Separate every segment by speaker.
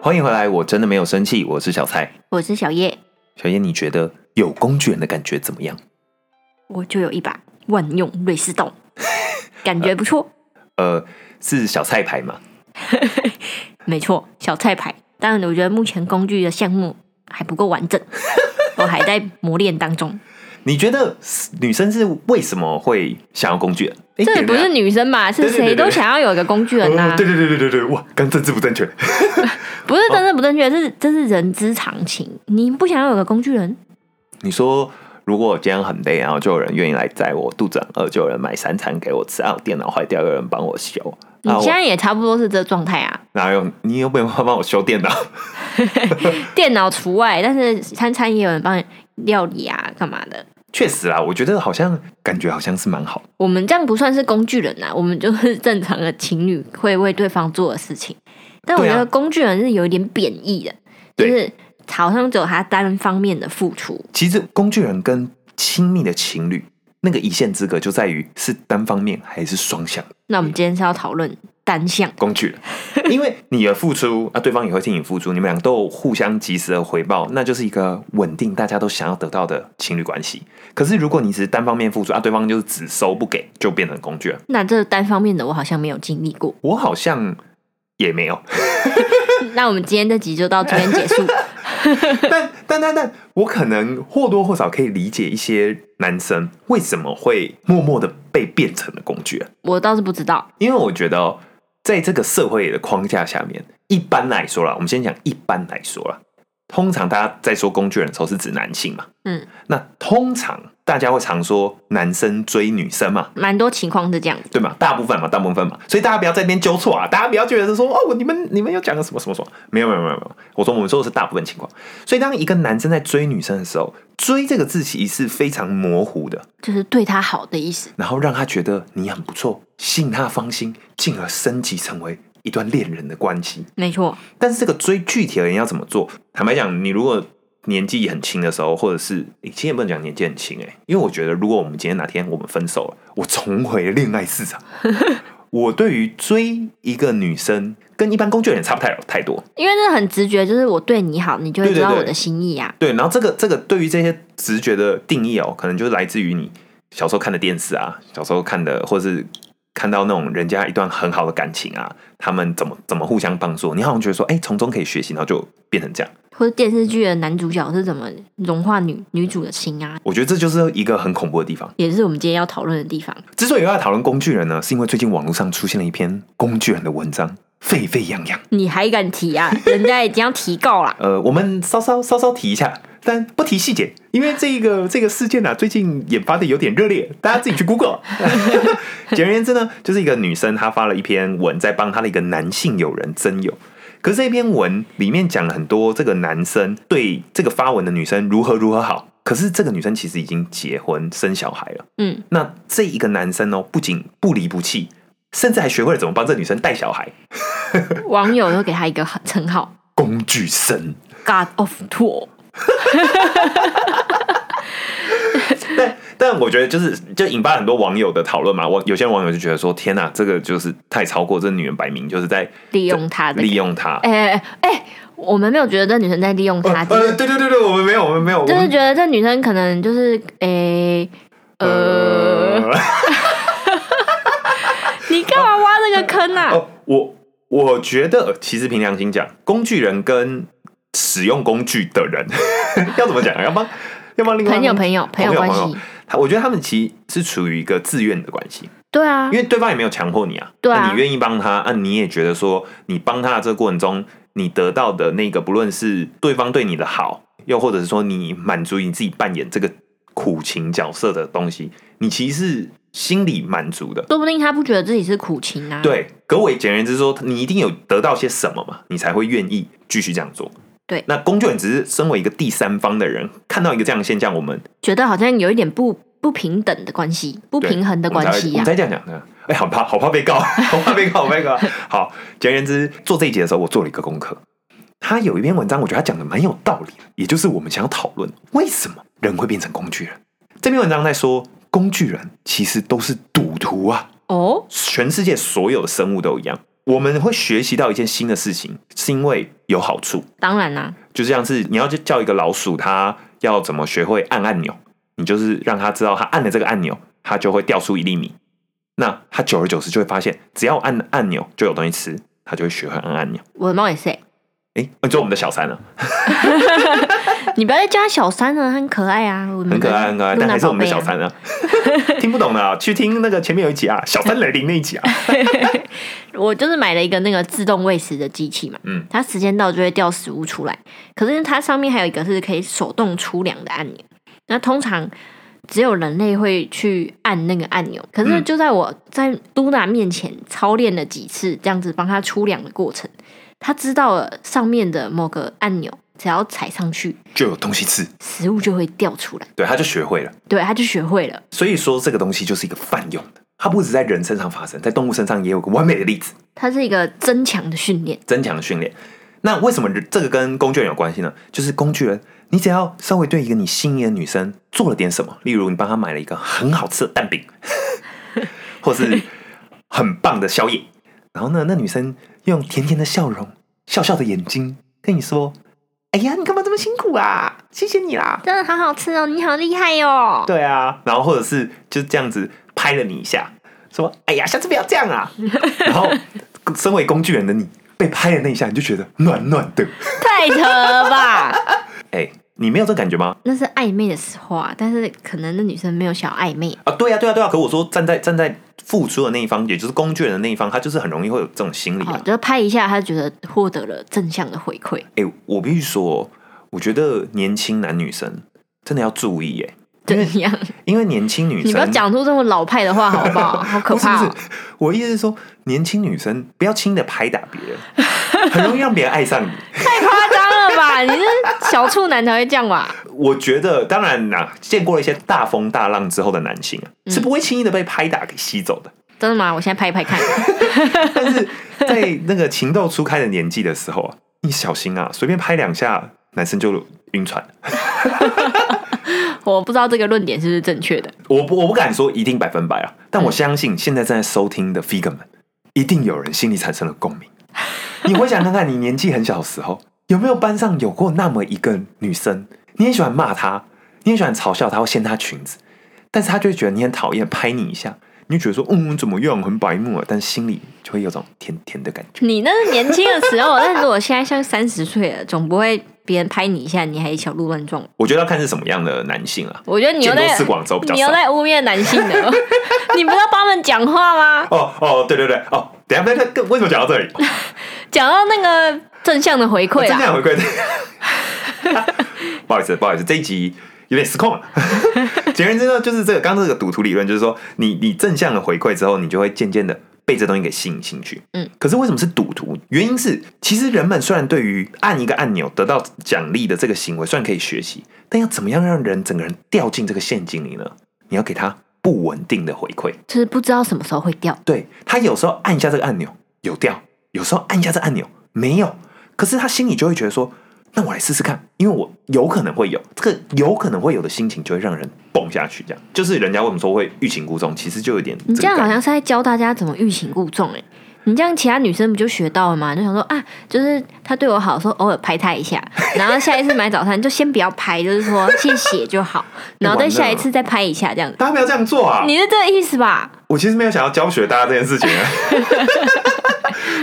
Speaker 1: 欢迎回来，我真的没有生气，我是小蔡。
Speaker 2: 我是小叶，
Speaker 1: 小叶，你觉得有工具人的感觉怎么样？
Speaker 2: 我就有一把万用瑞士 刀，感觉不错。
Speaker 1: 呃，是小菜牌嘛？
Speaker 2: 没错，小菜牌。但我觉得目前工具的项目还不 够完整，我还在磨练当中。
Speaker 1: 你觉得女生是为什么会想要工具人？诶
Speaker 2: 这也不是女生嘛，是
Speaker 1: 对对对
Speaker 2: 谁
Speaker 1: 对
Speaker 2: 都想要有一个工具
Speaker 1: 等
Speaker 2: 人啊
Speaker 1: 一下
Speaker 2: 呐、
Speaker 1: 哦对对对对对对，哇，刚政治不正确。
Speaker 2: 不是真的不正确，这是这是人之常情。你不想要有个工具人，
Speaker 1: 你说如果我今天很累，然后就有人愿意来载我，肚子很饿，就有人买三餐给我吃，然后电脑坏掉，有人帮我修，
Speaker 2: 你
Speaker 1: 然后
Speaker 2: 现
Speaker 1: 啊我
Speaker 2: 在也差不多是这状态啊，
Speaker 1: 哪有你有没有办法帮我修电脑？
Speaker 2: 电脑除外，但是餐餐也有人帮你料理啊，干嘛的？
Speaker 1: 确实啊啦，我觉得好像感觉好像是蛮好。
Speaker 2: 我们这样不算是工具人啊，我们就是正常的情侣会为对方做的事情。但我
Speaker 1: 对啊
Speaker 2: 觉得工具人是有一点贬义的，就
Speaker 1: 对
Speaker 2: 是好像只有他单方面的付出。
Speaker 1: 其实工具人跟亲密的情侣那个一线之隔就在于是单方面还是双向
Speaker 2: 那我们今天是要讨论单向，
Speaker 1: 工具人，因为你的付出啊，对方也会替你付出，你们俩都有互相及时的回报，那就是一个稳定大家都想要得到的情侣关系。可是如果你只是单方面付出啊，对方就是只收不给，就变成工具人。
Speaker 2: 那这单方面的我好像没有经历过。
Speaker 1: 我好像也没有，
Speaker 2: 那我们今天这集就到这边 结束。
Speaker 1: 但但但但我可能或多或少可以理解一些男生为什么会默默的被变成了工具人。
Speaker 2: 我倒是不知道，
Speaker 1: 因为我觉得、哦，在这个社会的框架下面，一般来说啦，我们先讲一般来说啦，通常大家在说工具人的时候是指男性嘛，
Speaker 2: 嗯，
Speaker 1: 那通常大家会常说男生追女生嘛。
Speaker 2: 蛮多情况是这样子。
Speaker 1: 对嘛，大部分嘛，大部分嘛，所以大家不要在那边纠错啊！大家不要觉得是说哦，你们你们又讲了什么什么什么？没有没有没有没有，我说我们说的是大部分情况。所以当一个男生在追女生的时候，追这个字其实是非常模糊的，
Speaker 2: 就是对他好的意思。
Speaker 1: 然后让他觉得你很不错，吸引他的芳心，进而升级成为一段恋人的关系。
Speaker 2: 没错，
Speaker 1: 但是这个追具体而言要怎么做？坦白讲，你如果年纪很轻的时候，或者是你其实也不能讲年纪很轻哎、欸因为我觉得如果我们今天哪天我们分手了，我重回恋爱市场，我对于追一个女生跟一般工具人也差不太太多。
Speaker 2: 因为这很直觉，就是我对你好，你就会
Speaker 1: 对对
Speaker 2: 知道
Speaker 1: 对
Speaker 2: 我的心意啊。
Speaker 1: 对，然后这个这个对于这些直觉的定义哦，可能就来自于你小时候看的电视啊，小时候看的，或是看到那种人家一段很好的感情啊，他们怎么怎么互相帮助，你好像觉得说，哎，从中可以学习，然后就变成这样。
Speaker 2: 或者电视剧的男主角是怎么融化女女主的心啊，
Speaker 1: 我觉得这就是一个很恐怖的地方。
Speaker 2: 也是我们今天要讨论的地方。
Speaker 1: 之所以要讨论工具人呢，是因为最近网络上出现了一篇工具人的文章，沸沸扬扬。
Speaker 2: 你还敢提 啊？人家已经要提告啦。
Speaker 1: 呃，我们稍稍稍稍提一下，但不提细节，因为这个这个事件啊，最近引发的有点热烈，大家自己去 Google。简而言之呢，就是一个女生她发了一篇文，在帮她的一个男性友人征友。可是这篇文里面讲了很多这个男生对这个发文的女生如何如何好，可是这个女生其实已经结婚生小孩了。
Speaker 2: 嗯，
Speaker 1: 那这一个男生哦，不仅不离不弃，甚至还学会了怎么帮这女生带小孩，
Speaker 2: 网友又给他一个称号
Speaker 1: 工具生。
Speaker 2: “God of Tour”。
Speaker 1: 但 但我觉得就是就引发很多网友的讨论嘛，我有些网友就觉得说，天呐、这个就是太超过这女人摆明就是在
Speaker 2: 利用她的
Speaker 1: 利用她。
Speaker 2: 哎哎哎，我们没有觉得这女生在利用他，只
Speaker 1: 呃，
Speaker 2: 是
Speaker 1: 对对对对，我们没有，我们没有，我
Speaker 2: 就是
Speaker 1: 们
Speaker 2: 觉得这女生可能就是哎、呃，你干嘛挖这个坑啊？
Speaker 1: 哦，我我觉得其实凭良心讲，工具人跟使用工具的人 要怎么讲啊？要帮要帮另外
Speaker 2: 朋友
Speaker 1: 一方
Speaker 2: 朋友朋友
Speaker 1: 友
Speaker 2: 关
Speaker 1: 哦朋
Speaker 2: 系
Speaker 1: 友，他我觉得他们其实是处于一个自愿的关系，
Speaker 2: 对啊
Speaker 1: 因，为对方也没有强迫你啊，
Speaker 2: 对啊
Speaker 1: 那你愿意帮他，那、你也觉得说你帮他的这个过程中，你得到的那个不论是对方对你的好，又或者是说你满足你自己扮演这个苦情角色的东西，你其实是心里满足的。
Speaker 2: 说不定她不觉得自己是苦情啊。
Speaker 1: 对，可我也简而言之说，你一定有得到些什么嘛，你才会愿意继续这样做。
Speaker 2: 对
Speaker 1: 那工具人只是身为一个第三方的人，看到一个这样的现象，我们
Speaker 2: 觉得好像有一点不不平等的关系，不
Speaker 1: 对
Speaker 2: 平衡的
Speaker 1: 我们
Speaker 2: 关
Speaker 1: 才
Speaker 2: 系啊
Speaker 1: 我
Speaker 2: 呀、
Speaker 1: 们才这样讲的。哎、好怕，好怕被告， 好怕被告，好怕被 告。好，简而言之，做这一集的时候，我做了一个功课。他有一篇文章，我觉得他讲的蛮有道理的，也就是我们想要讨论为什么人会变成工具人。这篇文章在说，工具人其实都是赌徒啊，
Speaker 2: 哦，
Speaker 1: 全世界所有的生物都一样，我们会学习到一件新的事情，是因为有好处。
Speaker 2: 当然啦、
Speaker 1: 就像是你要去叫一个老鼠，它要怎么学会按按钮，你就是让它知道它按了这个按钮，它就会掉出一粒米。那它久而久之就会发现，只要我按按钮就有东西吃，它就会学会按按钮。
Speaker 2: 我的猫也是、欸，
Speaker 1: 诶，你说我们的小三啊呢、
Speaker 2: 你不要再叫它小三了，它很可爱啊，我们
Speaker 1: 很可爱，很可爱，
Speaker 2: 露
Speaker 1: 但
Speaker 2: 娜
Speaker 1: 还是我们的
Speaker 2: 宝
Speaker 1: 小
Speaker 2: 贝啊
Speaker 1: 三啊。听不懂的、 啊，去听那个前面有一集啊，小三雷凌那一集啊。
Speaker 2: 我就是买了一个那个自动喂食的机器嘛，
Speaker 1: 嗯
Speaker 2: 它时间到就会掉食物出来。可是它上面还有一个是可以手动出粮的按钮，那通常只有人类会去按那个按钮。可是
Speaker 1: 嗯
Speaker 2: 就在我在露娜面前操练了几次这样子帮它出粮的过程，它知道了上面的某个按钮，只要踩上去，
Speaker 1: 就有东西吃，
Speaker 2: 食物就会掉出来。
Speaker 1: 对，他就学会了。
Speaker 2: 对，它就学会了。
Speaker 1: 所以说，这个东西就是一个泛用的，它不止在人身上发生，在动物身上也有个完美的例子，
Speaker 2: 它是一个增强的训练，
Speaker 1: 增强训练。那为什么这个跟工具人有关系呢？就是工具人，你只要稍微对一个你心仪的女生做了点什么，例如你帮她买了一个很好吃的蛋饼， 或是很棒的宵夜，然后呢，那女生用甜甜的笑容、笑笑的眼睛跟你说：“哎呀，你干嘛这么辛苦啊？谢谢你啦。”
Speaker 2: 真的好好吃哦，你好厉害哦。
Speaker 1: 对啊，然后或者是就这样子拍了你一下，说：“哎呀，下次不要这样啊。” 然后，身为工具人的你被拍的那一下，你就觉得暖暖的。
Speaker 2: 太扯了吧！
Speaker 1: 哎、你没有这感觉吗？
Speaker 2: 那是暧昧的时候啊，但是可能那女生没有想暧昧，
Speaker 1: 啊，对啊，对啊，对啊。可我说站在站在付出的那一方，也就是工具人的那一方，他就是很容易会有这种心理
Speaker 2: 好，
Speaker 1: 啊。
Speaker 2: 哦就是拍一下，她觉得获得了正向的回馈。
Speaker 1: 哎、我必须说，我觉得年轻男女生真的要注意哎、因为
Speaker 2: 怎样？
Speaker 1: 因为年轻女生
Speaker 2: 你不要讲出这么老派的话好 不好？好可
Speaker 1: 不是
Speaker 2: 怕、
Speaker 1: 不
Speaker 2: 哦
Speaker 1: 是！，我意思是说，年轻女生不要轻易的拍打别人， 很容易让别人爱上你。
Speaker 2: 太夸张了吧！你是小处男才会这样吧？
Speaker 1: 我觉得，当然啦、见过了一些大风大浪之后的男性啊，
Speaker 2: 嗯
Speaker 1: 是不会轻易的被拍打给吸走的。
Speaker 2: 真的吗？我现在拍一 拍看，
Speaker 1: 但是在那个情窦初开的年纪的时候啊，你小心啊，随便拍两下，男生就晕船了。
Speaker 2: 我不知道这个论点是不是正确的。
Speaker 1: 我不我不敢说一定百分百啊，但我相信现在正在收听的 figure 们，一定有人心里产生了共鸣。你回想看看，你年纪很小的时候，有没有班上有过那么一个女生，你很喜欢骂她，你很喜欢嘲笑她，或掀她裙子，但是她就会觉得你很讨厌，拍你一下，你就觉得说嗯怎么样，很白目啊，但心里就会有种甜甜的感觉。
Speaker 2: 你那是年轻的时候，但是我现在像三十岁了，总不会别人拍你一下，你还小鹿乱撞吧
Speaker 1: 我觉得要看是什么样的男性啊。
Speaker 2: 我觉得你又在
Speaker 1: 见多识广之后比较
Speaker 2: 你又
Speaker 1: 少
Speaker 2: 在污蔑男性的， 你不是要帮他们讲话吗？
Speaker 1: 哦哦，对对对，哦，等一下，那那为什么讲到这里？
Speaker 2: 讲到那个正向的回馈
Speaker 1: 正
Speaker 2: 啊，
Speaker 1: 向回馈。 不好意思，不好意思，这一集有点失 控了。简而言之呢，就是这个刚刚这个赌徒理论，就是说你你正向的回馈之后，你就会渐渐的被这东西给吸引进去。
Speaker 2: 嗯，
Speaker 1: 可是为什么是赌徒？原因是其实人们虽然对于按一个按钮得到奖励的这个行为，虽然可以学习，但要怎么样让人整个人掉进这个陷阱里呢？你要给他不稳定的回馈。
Speaker 2: 就是不知道什么时候会掉，
Speaker 1: 对他有时候按一下这个按钮有掉，有时候按一下这个按钮没有，可是他心里就会觉得说，那我来试试看，因为我有可能会有这个有可能会有的心情，就会让人蹦下去。这样就是人家为什么说会欲擒故纵，其实就有点
Speaker 2: 你
Speaker 1: 个
Speaker 2: 这样好
Speaker 1: 概
Speaker 2: 像
Speaker 1: 念
Speaker 2: 是在教大家怎么欲擒故纵哎、你这样其他女生不就学到了吗？就想说啊，就是他对我好的时候，偶尔拍他 一下，然后下一次买早餐就先不要拍，就是说谢谢 就好，然后再下一次再拍一下这样子。
Speaker 1: 大家不要这样做啊！
Speaker 2: 你是这个意思吧？
Speaker 1: 我其实没有想要教学大家这件事情、 啊。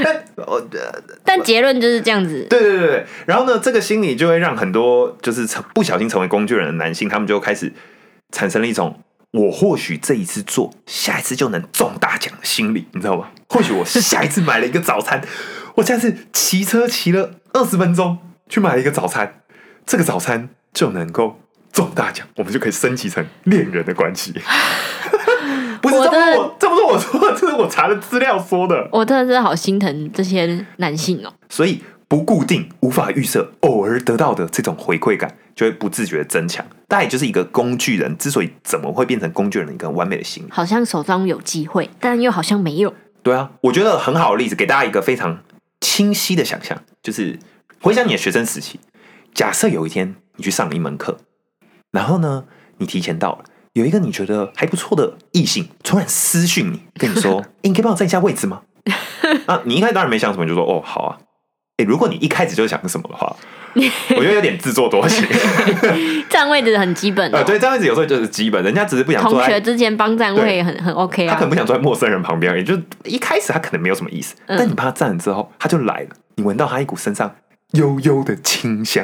Speaker 1: 但我呃
Speaker 2: 但结论就是这样子，
Speaker 1: 对对对对，然后呢，这个心理就会让很多就是成不小心成为工具人的男性，他们就开始产生了一种我或许这一次做，下一次就能中大奖的心理，你知道吗？ 或许我下一次买了一个早餐，我下次骑车骑了二十分钟去买了一个早餐，这个早餐就能够中大奖，我们就可以升级成恋人的关系。 不是，
Speaker 2: 我
Speaker 1: 这不
Speaker 2: 的
Speaker 1: 是我，这不是我说的，这是我查的资料说的。
Speaker 2: 我真的是好心疼这些男性哦、
Speaker 1: 所以不固定、无法预设、偶尔得到的这种回馈感，就会不自觉的增强。大概就是一个工具人之所以怎么会变成工具人的一个完美的心理。
Speaker 2: 好像手中有机会，但又好像没有。
Speaker 1: 对啊，我觉得很好的例子，给大家一个非常清晰的想象，就是回想你的学生时期，假设有一天你去上了一门课，然后呢，你提前到了。 哎有一个你觉得还不错的异性突然私讯你，跟你说：“诶你可以帮我占一下位置吗？” 那你一开始当然没想什么，你就说哦好啊。哎、如果你一开始就想什么的话，我觉得有点自作多 情。
Speaker 2: 占位置很基本的、
Speaker 1: 呃，对，这样子有时候就是基本，人家只是不想坐
Speaker 2: 同
Speaker 1: 在
Speaker 2: 学之间帮占位也很很 OK
Speaker 1: 他
Speaker 2: 啊
Speaker 1: 可能。不想坐在陌生人旁边而已，就是一开始他可能没有什么意思，
Speaker 2: 嗯
Speaker 1: 但你帮他站了之后，他就来了，你闻到他一股身上悠悠的清香，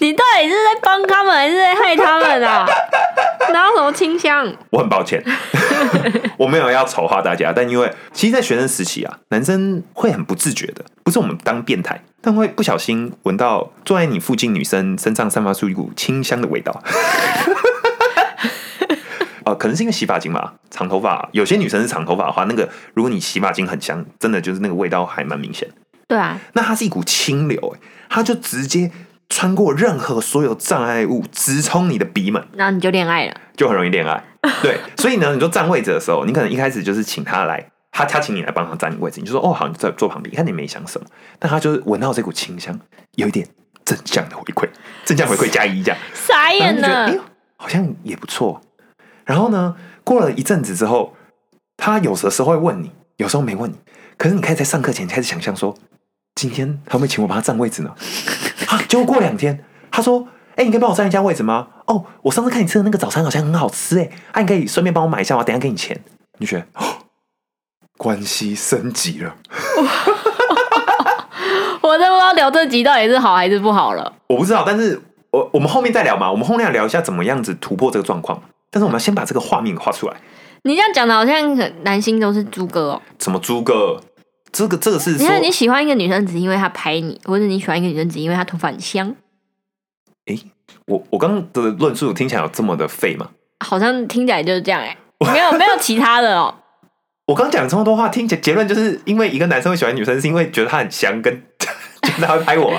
Speaker 2: 你到底是在帮他们还是在害他们 啊？哪有什么倾向？
Speaker 1: 我很抱歉， 我没有要丑化大家，但因为其实，在学生时期啊，男生会很不自觉的，不是我们当变态，但会不小心闻到坐在你附近女生身上散发出一股清香的味道。 呃，可能是因为洗发精吧，长头发，有些女生是长头发的话，那个如果你洗发精很香，真的就是那个味道还蛮明显。
Speaker 2: 对啊，
Speaker 1: 那它是一股清流、欸，它就直接穿过任何所有障碍物，直冲你的鼻门，
Speaker 2: 然后你就恋爱了，
Speaker 1: 就很容易恋爱。对，所以呢，你说占位置的时候，你可能一开始就是请他来，他他请你来帮他占位置，你就说哦好，你坐坐旁边，你看你没想什么，但他就是闻到这股清香，有一点正向的回馈，正向回馈加一这样，然
Speaker 2: 傻
Speaker 1: 后
Speaker 2: 眼
Speaker 1: 就觉得哎
Speaker 2: 了
Speaker 1: 呦。，好像也不错。然后呢，过了一阵子之后，他有的时候会问你，有时候没问你。可是你可以在上课前开始想象说，今天他会不会请我帮他占位置呢？啊，结果过两天，他说：“哎、你可以帮我占一下位置吗？”哦，我上次看你吃的那个早餐好像很好吃哎、啊，你可以顺便帮我买一下吗？等一下给你钱。你就觉得、哦关系升级了。
Speaker 2: 我都不知道聊这集到底是好还是不好了。
Speaker 1: 我不知道，但是我我们后面再聊嘛，我们后面要聊一下怎么样子突破这个状况。但是我们要先把这个画面画出来。
Speaker 2: 你这样讲的好像很男星都是猪哥哦。
Speaker 1: 什么诸葛，这个这个是
Speaker 2: 你
Speaker 1: 说，
Speaker 2: 看你喜欢一个女生，只是因为她拍你，或者你喜欢一个女生，只是因为她头发 很香，
Speaker 1: 我我刚刚的论述听起来有这么的废吗？
Speaker 2: 好像听起来就是这样哎、没有没有其他 的哦。
Speaker 1: 我刚讲这么多话，听结结论就是因为一个男生会喜欢女生，是因为觉得她很香，跟 觉得她会拍我吗？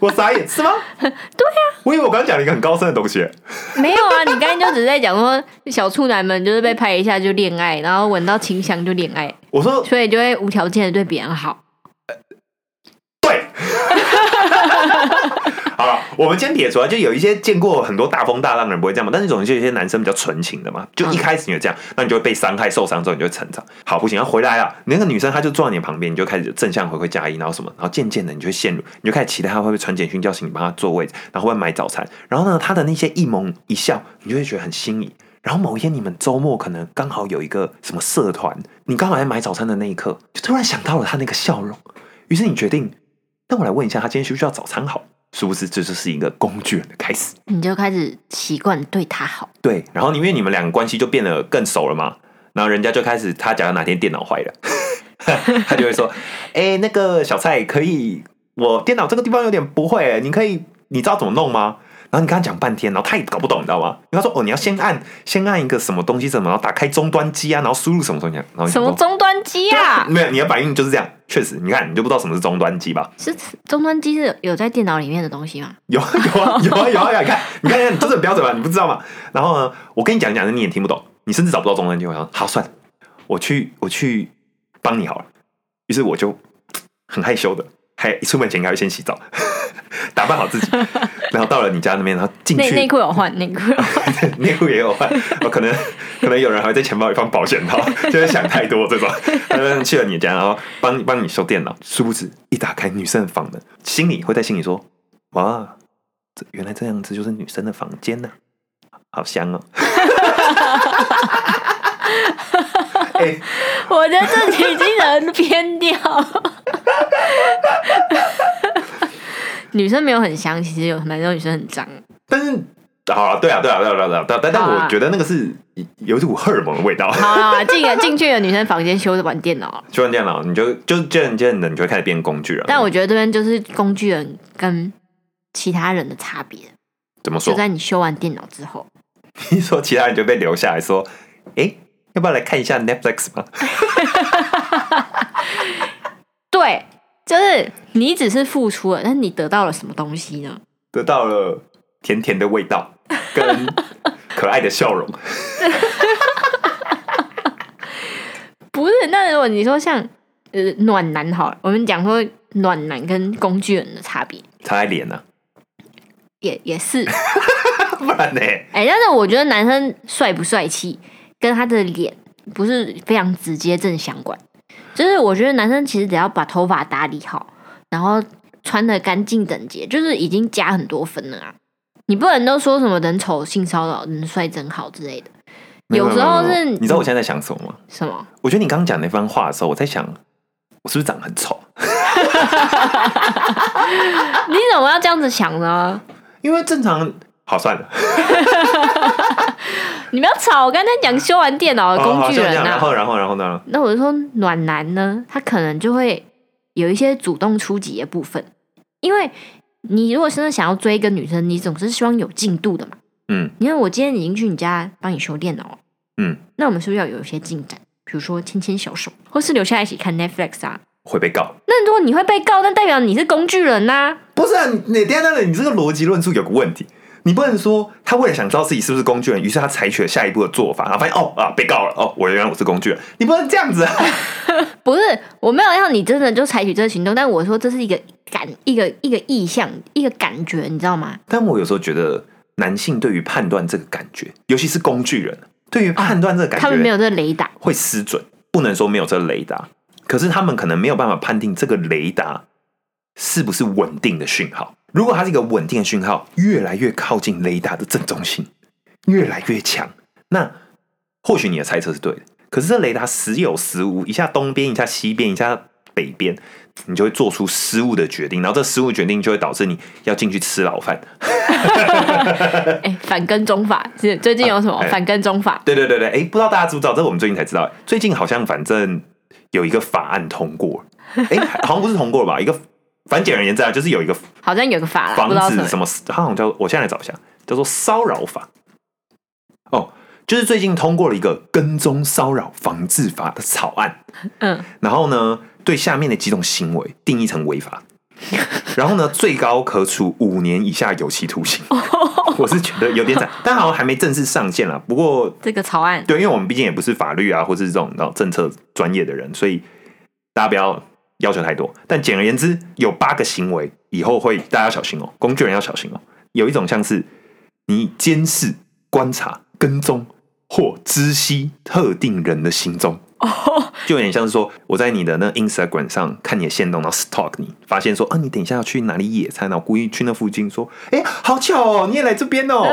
Speaker 1: 我傻眼 是吗？对啊，我以为我刚刚讲了一个很高深的东西。
Speaker 2: 没有啊，你刚才就只是在讲说小处男们就是被拍一下就恋爱，然后闻到清香就恋爱，
Speaker 1: 我说
Speaker 2: 所以就会无条件的对别人好。
Speaker 1: 对， 好了，我们先撇除啊，就有一些见过很多大风大浪的人不会这样嘛，但是总是有一些男生比较纯情的嘛，就一开始你就这样，那你就会被伤害、受伤之后你就会成长。好，不行，要回来啊！你那个女生她就坐在你旁边，你就开始正向回馈加一，然后什么，然后渐渐的你就会陷入，你就开始期待她会不会传简讯叫醒你帮她坐位置，然后会买早餐，然后呢，她的那些一萌一笑，你就会觉得很心仪。然后某一天你们周末可能刚好有一个什么社团，你刚好在买早餐的那一刻，就突然想到了她那个笑容，于是你决定那我来问一下，他今天需不需要早餐好？殊不知这就是一个工具人的开始。
Speaker 2: 你就开始习惯对他好，
Speaker 1: 对，然后因为你们两个关系就变得更熟了嘛，然后人家就开始，他假如哪天电脑坏了， 他就会说：“哎、那个小蔡，可以，我电脑这个地方有点不会，你可以，你知道怎么弄吗？”然后你跟他讲半天，然后他也搞不懂，你知道吗？因为他说：“哦，你要先按先按一个什么东西什么，然后打开终端机啊，然后输入什么东西啊，然后你
Speaker 2: 什
Speaker 1: 想
Speaker 2: 么
Speaker 1: 说
Speaker 2: 终端机啊？
Speaker 1: 没有，你的反应就是这样。确实，你看你就不知道什么是终端机吧？
Speaker 2: 是终端机是有在电脑里面的东西吗？
Speaker 1: 有啊有啊有啊有啊！有啊你看你看，你这是很标准吧？你不知道吗？然后呢，我跟你讲讲，你也听不懂，你甚至找不到中文机会。我想好，算了，我去我去帮你好了。于是我就很害羞的，还一出门前应该会先洗澡， 打扮好自己，然后到了你家那边，然后进
Speaker 2: 内
Speaker 1: 去
Speaker 2: 内裤有换，内裤有换。
Speaker 1: 内裤也有换，我可能可能有人还会在钱包里放保险套， 就是想太多这种。 他们去了你家，然后帮帮你修电脑，殊不知一打开女生的房门，心里会在心里说：哇，这原来这样子就是女生的房间呢、好香哦！ 哎、
Speaker 2: 我觉得这集已经人偏掉。 女生没有很香，其实有蛮多女生很脏。
Speaker 1: 但是好啊，对啊，对啊，对啊，对啊，对啊但但但我觉得那个是有一股荷尔蒙的味道。
Speaker 2: 好啦，进了进去了女生房间修着玩电脑了。
Speaker 1: 修完电脑，你就就渐渐的，你就会开始变工具人。
Speaker 2: 但我觉得这边就是工具人跟其他人的差别，
Speaker 1: 怎么说
Speaker 2: 就？在你修完电脑之后，
Speaker 1: 听说其他人就被留下来说，哎、要不要来看一下 Netflix 吧？
Speaker 2: 对，就是你只是付出了，但你得到了什么东西呢？
Speaker 1: 得到了甜甜的味道 跟可爱的笑容，
Speaker 2: 不是，那如果你说像呃暖男好了，我们讲说暖男跟工具人的差别，
Speaker 1: 擦在脸呢、
Speaker 2: 也也是，
Speaker 1: 不然呢？
Speaker 2: 哎、但是我觉得男生帅不帅气跟他的脸不是非常直接正相关。就是我觉得男生其实只要把头发打理好，然后穿的干净整洁，就是已经加很多分了啊。你不能都说什么人丑性骚扰，人帅真好之类的。
Speaker 1: 没
Speaker 2: 有时候
Speaker 1: 没有
Speaker 2: 是
Speaker 1: 没有你知道我现在在想什么吗？
Speaker 2: 什么？
Speaker 1: 我觉得你刚刚讲那番话的时候，我在想，我是不是长得很丑？
Speaker 2: 你怎么要这样子想呢？
Speaker 1: 因为正常好算了，
Speaker 2: 你不要吵！我刚才讲修完电脑的
Speaker 1: 好
Speaker 2: 工
Speaker 1: 哦好
Speaker 2: 具
Speaker 1: 就这
Speaker 2: 人
Speaker 1: 样
Speaker 2: 啊。
Speaker 1: 然后然后然后呢？
Speaker 2: 那我就说暖男呢，他可能就会有一些主动出击的部分，因为你如果真的想要追一个女生，你总是希望有进度的嘛。
Speaker 1: 嗯，
Speaker 2: 因为我今天已经去你家帮你修电脑了，
Speaker 1: 嗯，
Speaker 2: 那我们是不是要有一些进展？比如说牵牵小手，或是留下来一起看 Netflix 啊。
Speaker 1: 会被告。
Speaker 2: 那如果你会被告，那代表你是工具人呐、
Speaker 1: 不是啊，你你等一下等一下，你这个逻辑论述有个问题，你不能说他为了想知道自己是不是工具人，于是他采取了下一步的做法，然后发现哦啊被告了，哦我原来我是工具人，你不能这样子 啊！
Speaker 2: 不是，我没有让你真的就采取这个行动，但我说这是一个感，一个一个意向，一个感觉，你知道吗？
Speaker 1: 但我有时候觉得男性对于判断这个感觉，尤其是工具人，对于判断这个感觉，
Speaker 2: 他们没有这个雷 达，
Speaker 1: 会失准，不能说没有这个雷达，可是他们可能没有办法判定这个雷达是不是稳定的讯号。如果它是一个稳定的讯号，越来越靠近雷达的正中心，越来越强，那或许你的猜测是对的。可是这雷达时有时无，一下东边，一下西边，一下北边，你就会做出失误的决定，然后这失误决定就会导致你要进去吃牢饭。
Speaker 2: 哎、反跟踪法是最近有什么、
Speaker 1: 哎
Speaker 2: 反跟踪法？
Speaker 1: 对对对对，哎，不知道大家知不知道？这我们最近才知道，最近好像反正有一个法案通过， 哎，好像不是通过了吧？一个，反正简而言之啊，就是有一个
Speaker 2: 好像有个法啦，
Speaker 1: 防
Speaker 2: 啊不知道什
Speaker 1: 止
Speaker 2: 么
Speaker 1: 什么，它好像叫，我现在来找一下，叫做骚扰法。哦，就是最近通过了一个跟踪骚扰防治法的草案，
Speaker 2: 嗯，
Speaker 1: 然后呢，对下面的几种行为定义成违法， 然后呢，最高可处五年以下有期徒 刑。我是觉得有点惨，但好像还没正式上线啦。不过
Speaker 2: 这个草案
Speaker 1: 对，因为我们毕竟也不是法律啊，或是这种然后政策专业的人，所以大家不要要求太多。但简而言之，有八个行为以后会大家要小心哦，工具人要小心哦。有一种像是你监视、观察、跟踪或知悉特定人的行踪。就有点像是说，我在你的那 Instagram 上看你的线动，然后 stalk 你，发现说，啊，你等一下要去哪里野餐，然后故意去那附近说，哎、好巧哦，你也来这边 哦，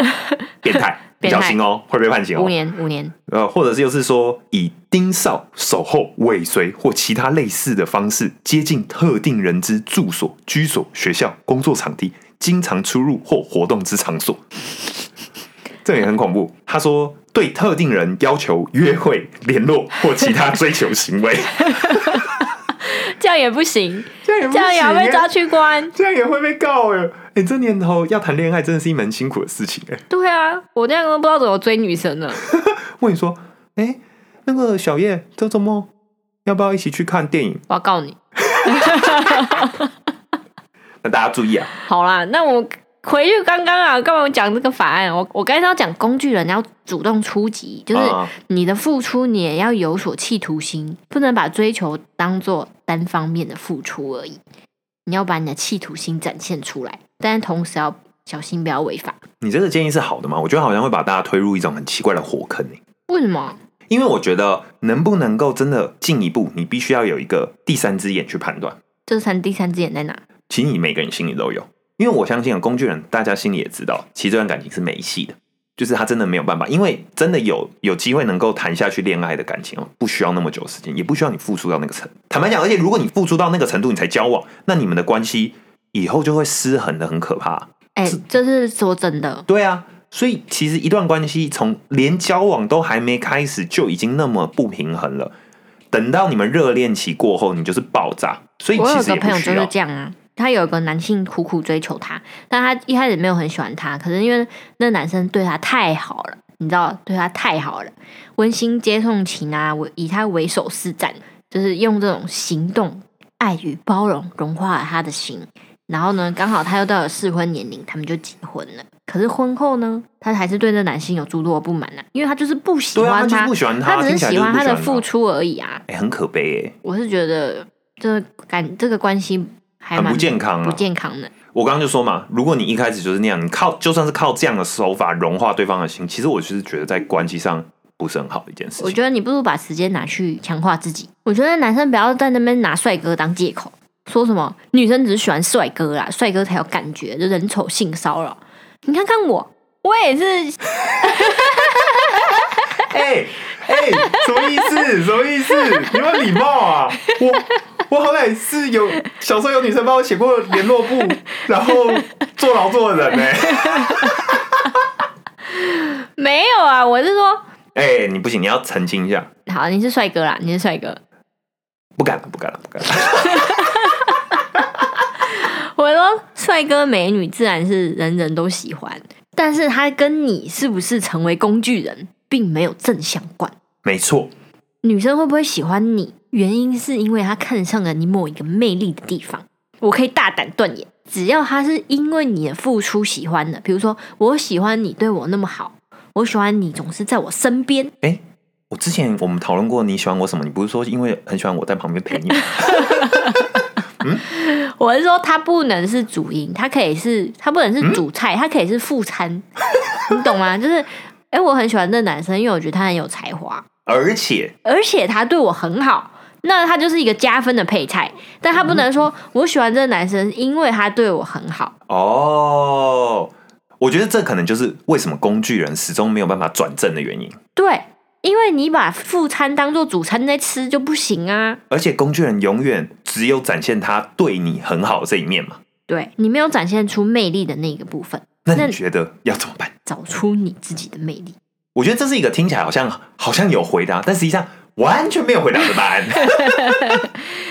Speaker 1: 变态，你
Speaker 2: 变态
Speaker 1: 小心哦，会被判刑哦，
Speaker 2: 五年五年，
Speaker 1: 呃，或者是就是说以盯梢、守候、尾随或其他类似的方式接近特定人之住所、居所、学校、工作场地、经常出入或活动之场所。 这也很恐怖。他说对特定人要求约会、联络或其他追求行为，
Speaker 2: 这样也不行，
Speaker 1: 这样也
Speaker 2: 这样也啊要被抓
Speaker 1: 欸，
Speaker 2: 去关。
Speaker 1: 这样也会被告哎、欸！哎、这年头要谈恋爱真的是一门辛苦的事情哎、
Speaker 2: 对啊，我这样都不知道怎么追女生了。
Speaker 1: 问你说，哎、那个小叶，这周末要不要一起去看电影？
Speaker 2: 我要告你。
Speaker 1: 那大家注意啊，
Speaker 2: 好啦，那我回去刚刚啊，干嘛讲这个法案？我我刚才要讲工具人要主动出击，就是
Speaker 1: 啊
Speaker 2: 你的付出你也要有所企图心，不能把追求当做单方面的付出而已。你要把你的企图心展现出来，但是同时要小心不要违法。
Speaker 1: 你这个建议是好的吗？我觉得好像会把大家推入一种很奇怪的火坑、欸、
Speaker 2: 为什么？
Speaker 1: 因为我觉得能不能够真的进一步，你必须要有一个第三只眼去判断。
Speaker 2: 这三第三只眼在哪？
Speaker 1: 其实你每个人心里都有，因为我相信啊，工具人大家心里也知道，其实这段感情是没戏的，就是他真的没有办法，因为真的有有机会能够谈下去恋爱的感情哦，不需要那么久的时间，也不需要你付出到那个程。坦白讲，而且如果你付出到那个程度，你才交往，那你们的关系以后就会失衡的很可怕、
Speaker 2: 哎、这是说真的，
Speaker 1: 对啊，所以其实一段关系从连交往都还没开始就已经那么不平衡了，等到你们热恋期过后，你就是爆炸。所以
Speaker 2: 我
Speaker 1: 其
Speaker 2: 有
Speaker 1: 实
Speaker 2: 个
Speaker 1: 也不
Speaker 2: 朋友就
Speaker 1: 需
Speaker 2: 是
Speaker 1: 要。
Speaker 2: 这样啊，他有个男性苦苦追求她，但他一开始没有很喜欢她，可是因为那男生对她太好了，你知道，对她太好了，温馨接送情啊，我以他为首是战，就是用这种行动、爱与包容融化了他的心。然后呢，刚好他又到了适婚年龄，他们就结婚了。可是婚后呢，他还是对这男性有诸多的不满啊，因为他就是不喜
Speaker 1: 对啊，他
Speaker 2: 欢
Speaker 1: 就是
Speaker 2: 他，
Speaker 1: 不喜欢
Speaker 2: 他只
Speaker 1: 听起
Speaker 2: 是
Speaker 1: 来
Speaker 2: 喜
Speaker 1: 就是
Speaker 2: 欢
Speaker 1: 不
Speaker 2: 他的
Speaker 1: 喜
Speaker 2: 付
Speaker 1: 欢
Speaker 2: 出而已啊。
Speaker 1: 哎、很可悲
Speaker 2: 我是觉得这感这个关系
Speaker 1: 哎、
Speaker 2: 还
Speaker 1: 很
Speaker 2: 蛮
Speaker 1: 不健康
Speaker 2: 不
Speaker 1: 啊！
Speaker 2: 健康的。
Speaker 1: 我刚刚就说嘛，如果你一开始就是那样，你靠就算是靠这样的手法融化对方的心，其实我就是觉得在关系上不是很好的一件事
Speaker 2: 我
Speaker 1: 情。
Speaker 2: 觉得你不如把时间拿去强化自己。我觉得男生不要在那边拿帅哥当借口，说什么女生只是喜欢帅哥啦，帅哥才有感觉，就人丑性骚扰。你看看我，我也是，
Speaker 1: 哎哎、什么意思？什么意思？有没有礼貌啊？我我好歹是有小时候有女生帮我写过联络簿，然后做劳作的人呢、
Speaker 2: 没有啊，我是说，
Speaker 1: 哎、你不行，你要澄清一下。
Speaker 2: 好，你是帅哥啦，你是帅哥。
Speaker 1: 不敢了，不敢了，不敢了。
Speaker 2: 我说帅哥美女自然是人人都喜欢，但是他跟你是不是成为工具人，并没有正相关。
Speaker 1: 没错，
Speaker 2: 女生会不会喜欢你，原因是因为她看上了你某一个魅力的地方。我可以大胆断言，只要她是因为你的付出喜欢的，比如说我喜欢你对我那么好，我喜欢你总是在我身边，
Speaker 1: 哎、我之前我们讨论过你喜欢我什么，你不是说因为很喜欢我在旁边陪你吗？
Speaker 2: 我是说她不能是主因，她可以是她不能是主菜，她可以是副餐，你懂吗？就是，哎、我很喜欢这男生，因为我觉得他很有才华，
Speaker 1: 而且
Speaker 2: 而且他对我很好，那他就是一个加分的配菜。但他不能说我喜欢这个男生，因为他对我很好。
Speaker 1: 哦，我觉得这可能就是为什么工具人始终没有办法转正的原因。
Speaker 2: 对，因为你把副餐当做主餐在吃就不行啊。
Speaker 1: 而且工具人永远只有展现他对你很好这一面嘛。
Speaker 2: 对你没有展现出魅力的那个部分，
Speaker 1: 那
Speaker 2: 那
Speaker 1: 你觉得要怎么办？
Speaker 2: 找出你自己的魅力。
Speaker 1: 我觉得这是一个听起来好像好像有回答，但实际上完全没有回答的答案。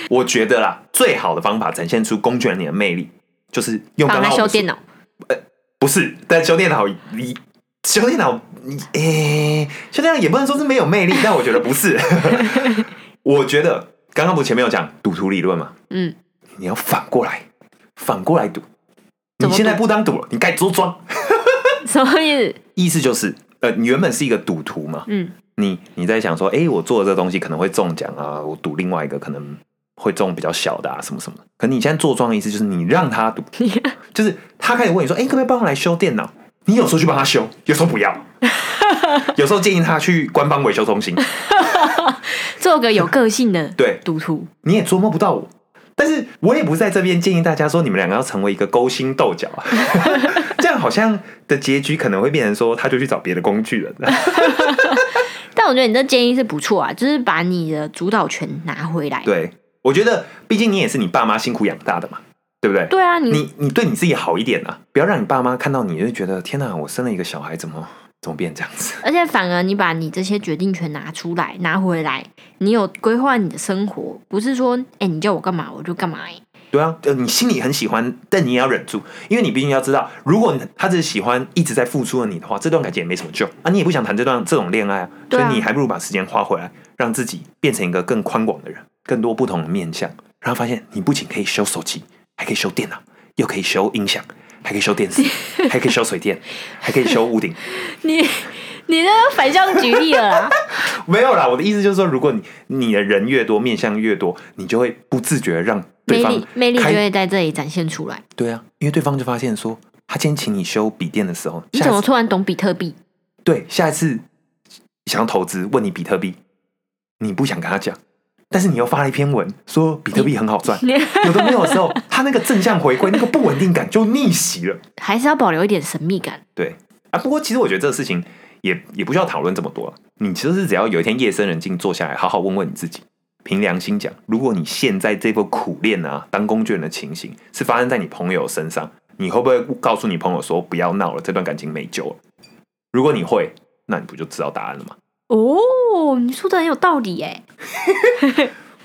Speaker 1: 我觉得啦，最好的方法展现出工具人你的魅力，就是用刚
Speaker 2: 放在
Speaker 1: 刚我
Speaker 2: 修
Speaker 1: 们
Speaker 2: 电脑，
Speaker 1: 不是，但修电脑你修电脑你诶、修电脑也不能说是没有魅力，但我觉得不 是。我觉得刚刚不是前面有讲赌徒理论嘛，
Speaker 2: 嗯，
Speaker 1: 你要反过来，反过来赌。
Speaker 2: 怎
Speaker 1: 你
Speaker 2: 么
Speaker 1: 现在
Speaker 2: 赌
Speaker 1: 不当赌了，你该多装。
Speaker 2: 什么意思？
Speaker 1: 意思就是，呃，你原本是一个赌徒嘛，
Speaker 2: 嗯，
Speaker 1: 你你在想说，哎、我做的这东西可能会中奖啊，我赌另外一个可能会中比较小的啊，什么什么的。可你现在做庄的意思就是你让他赌，就是他开始问你说，哎、可不可以帮我来修电脑？你有时候去帮他修，有时候不要，有时候建议他去官方维修中心。
Speaker 2: 做个有个性的
Speaker 1: 对，
Speaker 2: 赌徒，
Speaker 1: 你也捉摸不到我。但是我也不是在这边建议大家说你们两个要成为一个勾心斗角啊， 这样好像的结局可能会变成说他就去找别的工具人了。
Speaker 2: 但我觉得你这建议是不错啊，就是把你的主导权拿回来。
Speaker 1: 对，我觉得毕竟你也是你爸妈辛苦养大的嘛，对不对？
Speaker 2: 对啊，你
Speaker 1: 你你对你自己好一点啊，不要让你爸妈看到你就觉得天哪，我生了一个小孩，怎么怎么变这样子？
Speaker 2: 而且反而你把你这些决定权拿出来拿回来，你有规划你的生活，不是说哎、诶你叫我干嘛我就干嘛、欸诶
Speaker 1: 对啊，呃，你心里很喜欢，但你也要忍住，因为你毕竟要知道，如果你他只是喜欢一直在付出的你的话，这段感情也没什么救啊，你也不想谈这段这种恋爱啊，所
Speaker 2: 对啊
Speaker 1: 以你还不如把时间花回来，让自己变成一个更宽广的人，更多不同的面向，然后发现你不仅可以修手机，还可以修电脑，又可以修音响，还可以修电视，还可以修水电，还可以修屋顶，
Speaker 2: 你你那个反向举例了啊啦，
Speaker 1: 没有啦，我的意思就是说，如果你你的人越多，面向越多，你就会不自觉地让对
Speaker 2: 魅
Speaker 1: 方
Speaker 2: 力魅力就
Speaker 1: 开
Speaker 2: 会在这里展现出来。
Speaker 1: 对啊，因为对方就发现说，他今天请你修笔电的时候，
Speaker 2: 你
Speaker 1: 下
Speaker 2: 怎么
Speaker 1: 一次
Speaker 2: 突然懂比特币？
Speaker 1: 对下一次想要投资问你比特币，你不想跟他讲，但是你又发了一篇文说比特币很好 赚，
Speaker 2: 你
Speaker 1: 有的没有的时候，他那个正向回归那个不稳定感就逆袭了。
Speaker 2: 还是要保留一点神秘感。
Speaker 1: 对啊，不过其实我觉得这个事情也也不需要讨论这么多了。你其实是只要有一天夜深人静坐下来，好好问问你自己，凭良心讲，如果你现在这份苦练啊，当工具人的情形是发生在你朋友身上，你会不会告诉你朋友说不要闹了，这段感情没救了？如果你会，那你不就知道答案了吗？
Speaker 2: 哦，你说的很有道理哎。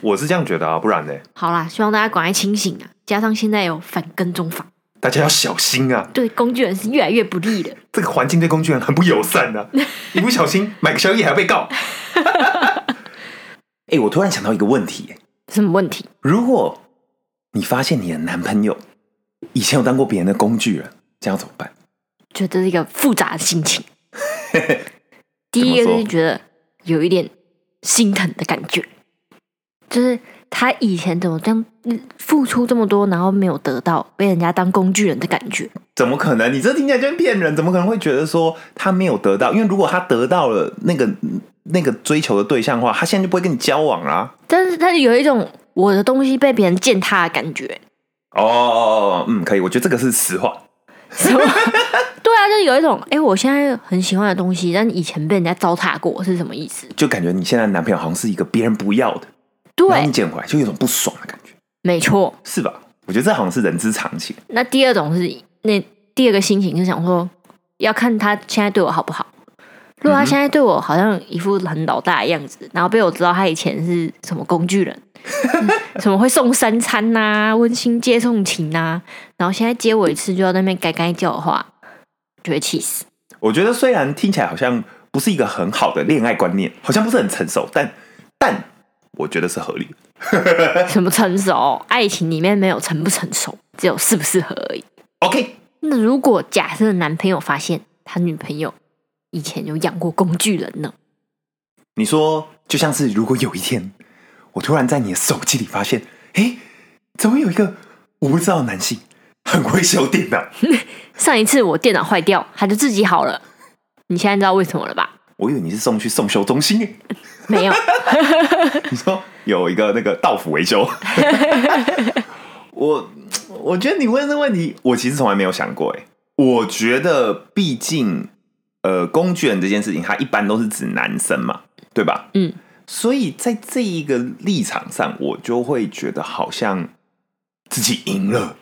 Speaker 1: 我是这样觉得啊，不然呢，
Speaker 2: 好啦，希望大家赶快清醒啊！加上现在有反跟踪法，
Speaker 1: 大家要小心啊，
Speaker 2: 对工具人是越来越不利的。
Speaker 1: 这个环境对工具人很不友善啊，一不小心买个宵夜还要被告。哎、我突然想到一个问题、欸，
Speaker 2: 什么问题？
Speaker 1: 如果你发现你的男朋友以前有当过别人的工具人，这样怎么办？
Speaker 2: 觉得这是一个复杂的心 情。第一个
Speaker 1: 怎么说
Speaker 2: 就是觉得有一点心疼的感觉，就是他以前怎么这样嗯付出这么多，然后没有得到，被人家当工具人的感觉。
Speaker 1: 怎么可能？你这听起来就是骗人，怎么可能会觉得说他没有得到？因为如果他得到了那个那个追求的对象的话，他现在就不会跟你交往啦、
Speaker 2: 但是但是有一种我的东西被别人践踏的感觉，
Speaker 1: 哦哦哦，嗯，可以，我觉得这个是实话。
Speaker 2: 什么？对啊，就是有一种哎、诶我现在很喜欢的东西，但以前被人家糟蹋过是什么意思？
Speaker 1: 就感觉你现在的男朋友好像是一个别人不要的，然后
Speaker 2: 对
Speaker 1: 你，捡回来就有一种不爽的感觉，
Speaker 2: 没错。
Speaker 1: 是吧？我觉得这好像是人之常情。
Speaker 2: 那第二种是那第二个心情是想说，要看他现在对我好不好。如果他现在对我好像一副很老大的样子，然后被我知道他以前是什么工具 人，嗯什么会送三餐呐、温馨接送情呐、然后现在接我一次就要在那边该该叫的话，就会气死。
Speaker 1: 我觉得虽然听起来好像不是一个很好的恋爱观念，好像不是很成熟，但但我觉得是合理的。
Speaker 2: 什么成熟？爱情里面没有成不成熟，只有适不适合而已。
Speaker 1: OK，
Speaker 2: 那如果假设男朋友发现他女朋友以前有养过工具人呢？
Speaker 1: 你说就像是如果有一天我突然在你的手机里发现，哎，怎么有一个我不知道的男性很会修电脑？
Speaker 2: 上一次我电脑坏掉，它就自己好了。你现在知道为什么了吧？
Speaker 1: 我以为你是送去送修中心耶，
Speaker 2: 没有，
Speaker 1: 你说有一个那个道府维修， 我我觉得你问这问题，我其实从来没有想过。哎，我觉得毕竟呃，工具人这件事情，它一般都是指男生嘛，对吧？
Speaker 2: 嗯，
Speaker 1: 所以在这一个立场上，我就会觉得好像自己赢了。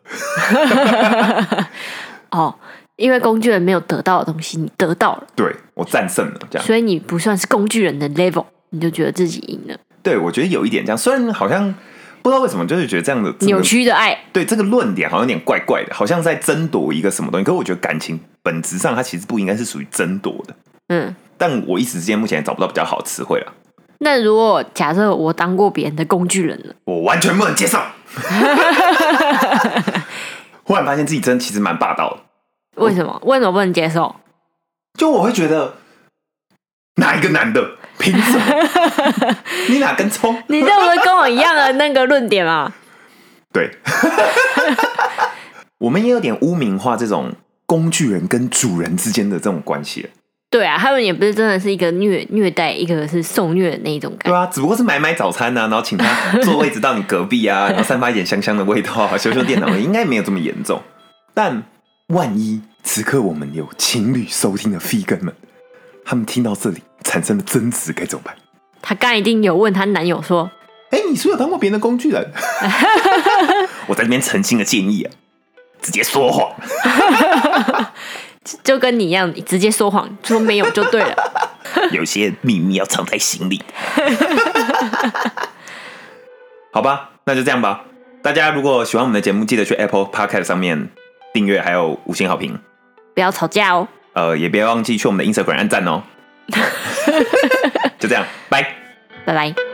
Speaker 2: 哦，因为工具人没有得到的东西，你得到了，
Speaker 1: 对我战胜了，这样
Speaker 2: 所以你不算是工具人的 level，你就觉得自己赢了。
Speaker 1: 对我觉得有一点这样，虽然好像不知道为什么，就是觉得这样的这个
Speaker 2: 扭曲的爱，
Speaker 1: 对这个论点好像有点怪怪的，好像在争夺一个什么东西。可是我觉得感情本质上它其实不应该是属于争夺的。
Speaker 2: 嗯。
Speaker 1: 但我一时之间目前也找不到比较好的词汇了，
Speaker 2: 那如果假设我当过别人的工具人了，
Speaker 1: 我完全不能接受。忽然发现自己真的其实蛮霸道的，
Speaker 2: 为什么？为什么不能接受？
Speaker 1: 就我会觉得哪一个男的凭什么？你哪根葱？
Speaker 2: 你这不是跟我一样的那个论点吗？
Speaker 1: 对，我们也有点污名化这种工具人跟主人之间的这种关系了。
Speaker 2: 对啊，他们也不是真的是一个虐虐待，一个是受虐的那一种感
Speaker 1: 对
Speaker 2: 觉。
Speaker 1: 啊，只不过是买买早餐呐、啊，然后请他坐位置到你隔壁啊，然后散发一点香香的味道啊，修修电脑，应该没有这么严重。但万一此刻我们有情侣收听的 F 根们，他们听到这里产生了争执，该怎么办？
Speaker 2: 她刚一定有问她男友说，
Speaker 1: 哎，你是不是有当过别人的工具人？ 我在这边诚心的建议啊，直接说谎。
Speaker 2: 就跟你一样，你直接说谎，说没有就对了。
Speaker 1: 有些秘密要藏在心里。 好吧，那就这样吧。大家如果喜欢我们的节目，记得去 Apple Podcast 上面订阅，还有五星好评。
Speaker 2: 不要吵架哦，
Speaker 1: 呃，也 别忘记去我们的 Instagram 按赞哦。就这样，拜。
Speaker 2: 拜拜。